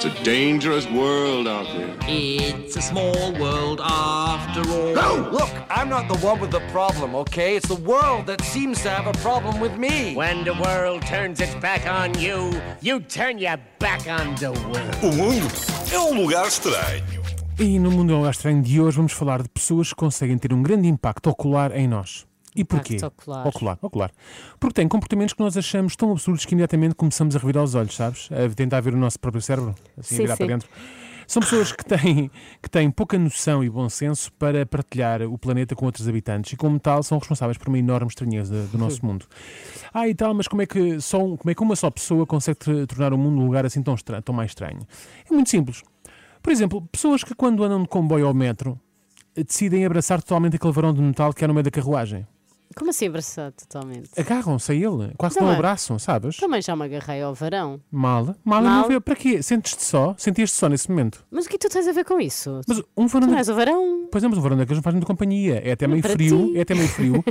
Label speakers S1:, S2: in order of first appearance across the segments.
S1: It's a dangerous world out there.
S2: It's a small world after all.
S3: Look, I'm not the one with the problem, okay? It's the world that seems to have a problem with me.
S4: When the world turns its back on you, you turn your back on the world.
S5: O mundo é um lugar estranho.
S6: E no Mundo é um Lugar Estranho de hoje vamos falar de pessoas que conseguem ter um grande impacto ocular em nós. E porquê?
S7: Impacto ocular.
S6: Ocular, ocular. Porque tem comportamentos que nós achamos tão absurdos que imediatamente começamos a revirar os olhos, sabes? A tentar ver o nosso próprio cérebro, assim,
S7: Sim,
S6: virar
S7: sim.
S6: para dentro. São pessoas que têm, que têm pouca noção e bom senso para partilhar o planeta com outros habitantes e, como tal, são responsáveis por uma enorme estranheza do nosso mundo. Ah, e tal, mas como é que, só, um- como é que uma só pessoa consegue tr- tornar o mundo um lugar assim tão, estra- tão mais estranho? É muito simples. Por exemplo, pessoas que quando andam de comboio ao metro eh, decidem abraçar totalmente aquele varão de metal que há no meio da carruagem.
S7: Como assim abraçar totalmente?
S6: Agarram-se a ele, quase que
S7: Não
S6: não
S7: é?
S6: abraçam, sabes?
S7: Também já me agarrei ao varão.
S6: Mal, mal,
S7: Mal.
S6: não vê. Para quê? Sentes-te só? Sentias-te só nesse momento?
S7: Mas o que é que tu tens a ver com isso?
S6: Mas um varão
S7: tu não
S6: da...
S7: és o varão.
S6: Pois é, mas o varão daqueles não faz muita companhia. É até meio
S7: para
S6: frio,
S7: ti.
S6: é até meio frio.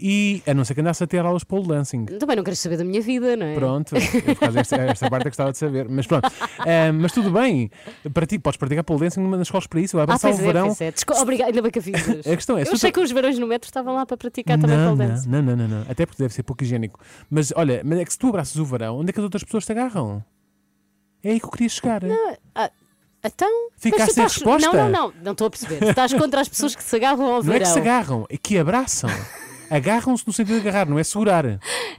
S6: e a não ser que andasse a ter aulas de pole dancing.
S7: Também não queres saber da minha vida, não é?
S6: Pronto, eu, por causa desta- esta parte é que gostava de saber. Mas pronto, Ah, mas tudo bem. Para ti, podes praticar pole dancing nas escolas para isso. Vai
S7: Ah,
S6: abraçar
S7: pois
S6: o
S7: é,
S6: varão.
S7: pois é. Desco- Obrigada, ainda bem que avisas.
S6: A questão é, se
S7: Eu
S6: tu
S7: achei
S6: te-
S7: que os varões no metro estavam lá para praticar também
S6: não,
S7: pole
S6: não,
S7: dance.
S6: não, não, não, não. Até porque deve ser pouca higiênico. Mas olha, mas é que se tu abraças o varão, onde é que as outras pessoas te agarram? É aí que eu queria chegar.
S7: Então,
S6: Ficaste
S7: mas tu
S6: sem
S7: estás-
S6: resposta?
S7: Não, não, não, não estou a perceber. Tu Estás contra as pessoas que se agarram ao
S6: não é
S7: varão.
S6: que se agarram, é que abraçam. Agarram-se no sentido de agarrar, não é segurar.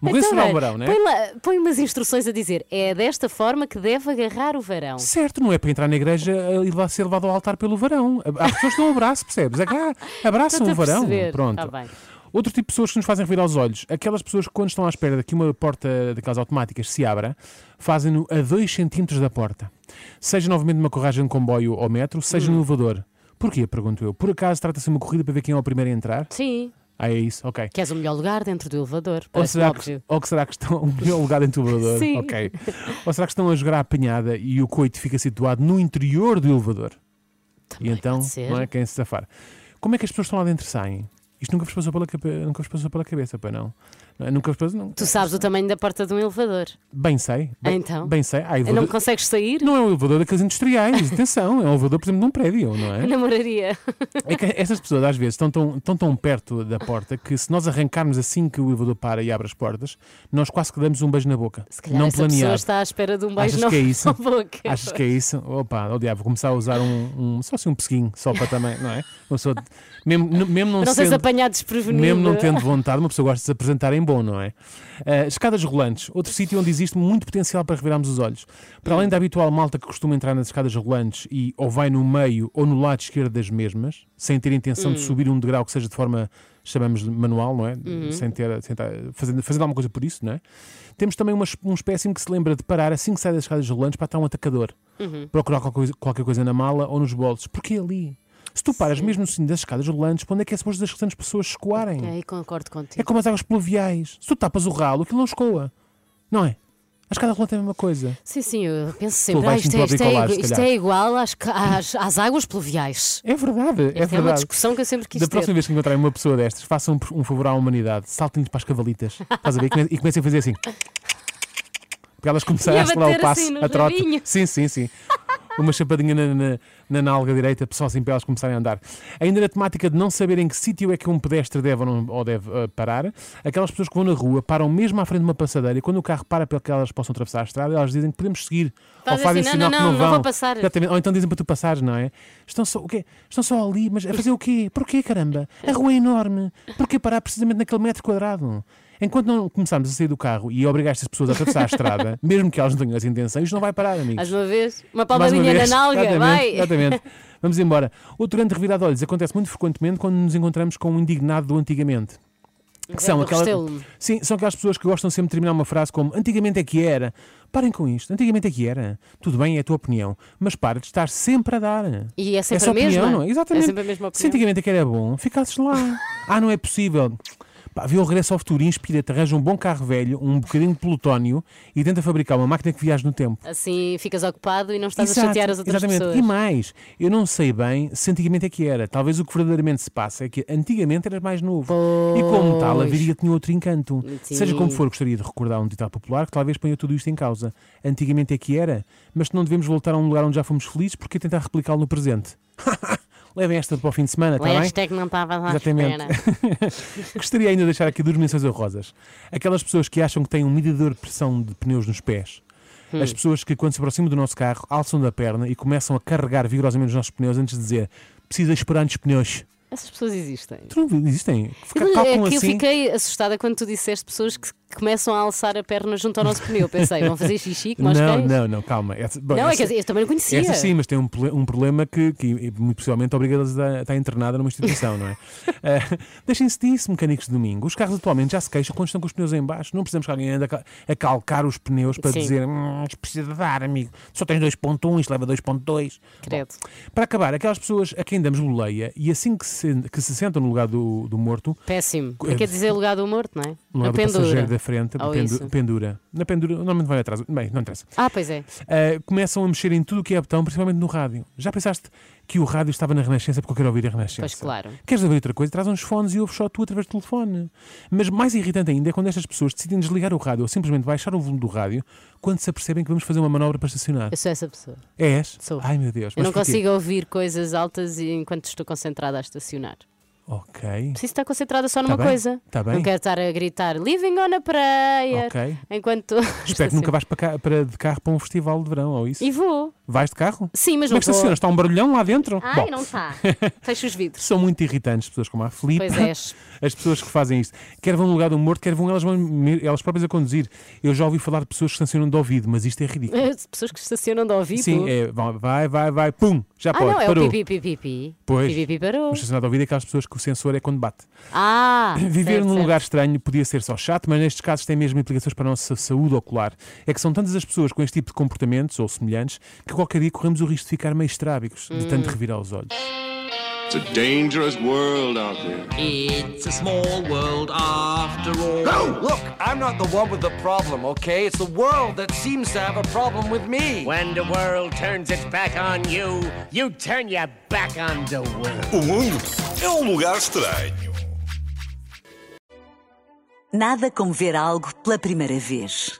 S6: Morrer-se
S7: Então,
S6: será o
S7: olha,
S6: varão, não é?
S7: Põe, lá- põe umas instruções a dizer. É desta forma que deve agarrar o varão.
S6: Certo, não é para entrar na igreja eh, e lá ser levado ao altar pelo varão. Há pessoas que dão um abraço, percebes? Agar- abraçam
S7: Estou-te
S6: o
S7: a
S6: um varão.
S7: perceber.
S6: Pronto.
S7: Tá bem.
S6: Outro tipo de pessoas que nos fazem revirar os olhos, aquelas pessoas que quando estão à espera de que uma porta daquelas automáticas se abra, fazem-no a 2 centímetros da porta. Seja novamente numa corragem de comboio ou metro, seja
S7: Hum.
S6: no elevador. Porquê? Pergunto eu. Por acaso trata-se de uma corrida para ver quem é o primeiro a entrar?
S7: Sim.
S6: Ah, é isso? Ok.
S7: Queres o melhor lugar dentro do elevador.
S6: Ou
S7: Parece
S6: será, que,
S7: óbvio.
S6: ou que será que estão o melhor lugar dentro do elevador?
S7: Sim.
S6: Ok. Ou será que estão a jogar a apanhada e o coito fica situado no interior do elevador?
S7: Também
S6: e então
S7: pode ser.
S6: não é quem se safar. Como é que as pessoas que estão lá dentro saem? Isto nunca vos passou pela, cabe- nunca vos passou pela cabeça, para não? Não é? Nunca vos passou, não.
S7: Tu sabes o tamanho da porta de um elevador.
S6: Bem sei. Bem,
S7: Então?
S6: Bem sei. Há
S7: Não
S6: elevador-
S7: consegues sair?
S6: Não é um elevador daqueles industriais, atenção, é um elevador, por exemplo, de um prédio, não é?
S7: Namoraria.
S6: É que essas pessoas às vezes estão tão, estão tão perto da porta que se nós arrancarmos assim que o elevador para e abre as portas, nós quase que damos um beijo na boca.
S7: Se calhar
S6: não
S7: essa pessoa
S6: planeado.
S7: está à espera de um beijo
S6: Achas
S7: na
S6: que é isso?
S7: na boca.
S6: Achas que é isso? Opa, oh diabo, vou começar a usar um, um- só assim um pesquinho, só para também, não é? Uma pessoa, mesmo, n- mesmo não,
S7: Não seres
S6: sendo-
S7: apanhado desprevenido.
S6: mesmo não tendo vontade, uma pessoa gosta de se apresentar em bom, não é? Ah, escadas rolantes, outro sítio onde existe muito potencial para revirarmos os olhos. Para além da habitual malta que costuma entrar nas escadas rolantes e ou vai no meio ou no lado esquerdo das mesmas, sem ter intenção de subir um degrau que seja de forma, chamamos de manual, não é? Sem ter, sem estar- fazendo, fazendo alguma coisa por isso, não é? Temos também uma, um espécime que se lembra de parar assim que sai das escadas rolantes para estar um atacador, procurar qualquer coisa, qualquer coisa na mala ou nos bolsos. Porquê ali? Se tu paras mesmo no sino das escadas rolantes, para onde é que é suposto as restantes pessoas escoarem?
S7: É, e concordo
S6: É
S7: contigo.
S6: como as águas pluviais. Se tu tapas o ralo, aquilo não escoa. Não é? A escada rolante é a mesma coisa.
S7: Sim, sim, eu penso sempre. Ah,
S6: vais
S7: isto
S6: no
S7: é,
S6: teu
S7: isto é
S6: auricular,
S7: igu-
S6: se
S7: isto
S6: calhar.
S7: é igual às, ca- às, às águas pluviais.
S6: É verdade, é
S7: Esta é uma
S6: verdade.
S7: discussão que eu sempre quis
S6: da
S7: ter.
S6: próxima vez que encontrarem uma pessoa destas, façam um um favor à humanidade, saltem-lhes para as cavalitas, estás a ver? E come- E comecem a fazer assim. Porque elas começaram
S7: E
S6: a
S7: a
S6: acelerar o
S7: bater
S6: passo,
S7: assim no
S6: a trote.
S7: rabinho.
S6: Sim, sim, sim. Uma chapadinha na, na, na, na nalga direita, pessoal assim para elas começarem a andar. Ainda na temática de não saber em que sítio é que um pedestre deve ou, não, ou deve eh, parar, aquelas pessoas que vão na rua param mesmo à frente de uma passadeira e quando o carro para para que elas possam atravessar a estrada, elas dizem que podemos seguir.
S7: Faz
S6: ou fazem
S7: assim,
S6: sinal
S7: não, não,
S6: que não,
S7: não,
S6: vão.
S7: não vou passar.
S6: Exatamente. Ou então dizem para tu passares, não é? Estão só, o quê? Estão só ali, mas a fazer o quê? Porquê, caramba? A rua é enorme. Porquê parar precisamente naquele metro quadrado? Enquanto não começarmos a sair do carro e obrigar estas pessoas a atravessar a estrada, mesmo que elas não tenham essa intenção, isto não vai parar, amigos.
S7: Mais uma vez, uma
S6: Mais uma
S7: palmadinha na
S6: vez.
S7: nalga,
S6: Exatamente,
S7: vai.
S6: Exatamente. Vamos embora. Outro grande revirado de olhos acontece muito frequentemente quando nos encontramos com um indignado do antigamente. Que são
S7: do
S6: aquelas,
S7: Restelo.
S6: sim, são aquelas pessoas que gostam sempre de terminar uma frase como antigamente é que era. Parem com isto, antigamente é que era. Tudo bem, é a tua opinião, mas para de estar sempre a dar.
S7: E é sempre
S6: Essa
S7: a mesma.
S6: opinião, não é? Exatamente.
S7: É sempre a mesma
S6: Se
S7: opinião.
S6: antigamente é que era bom, ficasses lá. ah, não é possível. Pá, vê o regresso ao futuro e inspira-te, arranja um bom carro velho, um bocadinho de plutónio e tenta fabricar uma máquina que viaje no tempo.
S7: Assim ficas ocupado e não estás a
S6: Exato,
S7: chatear as outras
S6: exatamente.
S7: pessoas.
S6: E mais, eu não sei bem se antigamente é que era. Talvez o que verdadeiramente se passa é que antigamente eras mais novo. E como tal, a
S7: Pois.
S6: viria tinha outro encanto.
S7: Sim.
S6: Seja como for, gostaria de recordar um ditado popular que talvez ponha tudo isto em causa. Antigamente é que era, mas não devemos voltar a um lugar onde já fomos felizes porque é tentar replicá-lo no presente. Levem esta para o fim de semana, está tá bem?
S7: Hashtag não estava lá à
S6: Exatamente.
S7: espera.
S6: Gostaria ainda de deixar aqui duas menções honrosas. Aquelas pessoas que acham que têm um medidor de pressão de pneus nos pés.
S7: Hum.
S6: As pessoas que, quando se aproximam do nosso carro, alçam da perna e começam a carregar vigorosamente os nossos pneus antes de dizer precisa esperar nos pneus.
S7: Essas pessoas existem.
S6: Tu não vi- existem. Fica,
S7: Aquilo-
S6: calculam
S7: é que eu
S6: assim.
S7: fiquei assustada quando tu disseste pessoas que começam a alçar a perna junto ao nosso pneu. Pensei, vão fazer xixi, como aos
S6: Não,
S7: cães?
S6: não, não, calma. Essa- bom,
S7: Não, é
S6: essa-
S7: que eu também não conhecia.
S6: Essa sim, mas tem um, ple- um problema que, que muito possivelmente obriga-las a, a estar internada numa instituição, não é? Ah, Deixem-se disso, mecânicos de domingo. Os carros atualmente já se queixam quando estão com os pneus em baixo. Não precisamos que alguém ande a, ca- a calcar os pneus para
S7: Sim.
S6: dizer hum, isto precisa dar, amigo. Só tens 2.1, isto leva 2.2.
S7: Credo.
S6: Bom, Para acabar, aquelas pessoas a quem damos boleia e assim que se, que se sentam no lugar do, do morto,
S7: Péssimo.
S6: Co-
S7: Quer dizer lugar do morto, não é?
S6: no lugar
S7: a
S6: do passageiro da
S7: pendura.
S6: frente, é
S7: Oh,
S6: pendu-
S7: isso.
S6: pendura. Na pendura, normalmente vai atrás. Bem, não interessa.
S7: Ah, pois é.
S6: Uh, começam a mexer em tudo o que é botão, principalmente no rádio. Já pensaste que o rádio estava na Renascença porque eu quero ouvir a Renascença?
S7: Pois, claro.
S6: Queres ouvir outra coisa? Traz uns fones e ouves só tu através do telefone. Mas mais irritante ainda é quando estas pessoas decidem desligar o rádio ou simplesmente baixar o volume do rádio quando se apercebem que vamos fazer uma manobra para estacionar.
S7: Eu sou essa pessoa.
S6: És?
S7: Sou.
S6: Ai meu Deus.
S7: Eu
S6: mas
S7: não
S6: porquê?
S7: consigo ouvir coisas altas e- enquanto estou concentrada a estacionar.
S6: Ok.
S7: Preciso estar concentrada só numa
S6: bem,
S7: coisa.
S6: tá bem.
S7: Não quero estar a gritar living on a praia
S6: Ok.
S7: enquanto.
S6: Espero que nunca vais para, cá- para- de carro para um festival de verão ou isso.
S7: assim. E vou.
S6: Vais de carro?
S7: Sim, mas
S6: Como é
S7: não
S6: que
S7: vou.
S6: estacionas? Está um barulhão lá dentro?
S7: Ai,
S6: Bom,
S7: não tá. está. Fecha os vidros.
S6: São muito irritantes pessoas como a Filipe.
S7: Pois é, és.
S6: As pessoas que fazem isto. Quer vão no lugar do morto, quer vão elas, mesmo- elas próprias a conduzir. Eu já ouvi falar de pessoas que estacionam de ouvido, mas isto é ridículo.
S7: Pessoas que estacionam de ouvido.
S6: Sim, é, vai, vai, vai, pum, já
S7: ah,
S6: pode,
S7: não, é
S6: parou.
S7: o pipi, pipi, pipi.
S6: Pois.
S7: Pipi, pipi, parou.
S6: Mas estacionar de ouvido é aquelas pessoas que o sensor é quando bate.
S7: Ah,
S6: Viver
S7: certo,
S6: num
S7: certo.
S6: lugar estranho podia ser só chato, mas nestes casos tem mesmo implicações para a nossa saúde ocular. É que são tantas as pessoas com este tipo de comportamentos ou semelhantes que qualquer dia corremos o risco de ficar meio estrábicos, de
S7: Hum.
S6: tanto revirar os olhos.
S1: It's a dangerous world out there.
S2: It's a small world after all.
S3: Look, I'm not the one with the problem, okay? It's the world that seems to have a problem with me.
S4: When the world turns its back on you, you turn your back on the world.
S5: O mundo é um lugar estranho.
S8: Nada como ver algo pela primeira vez.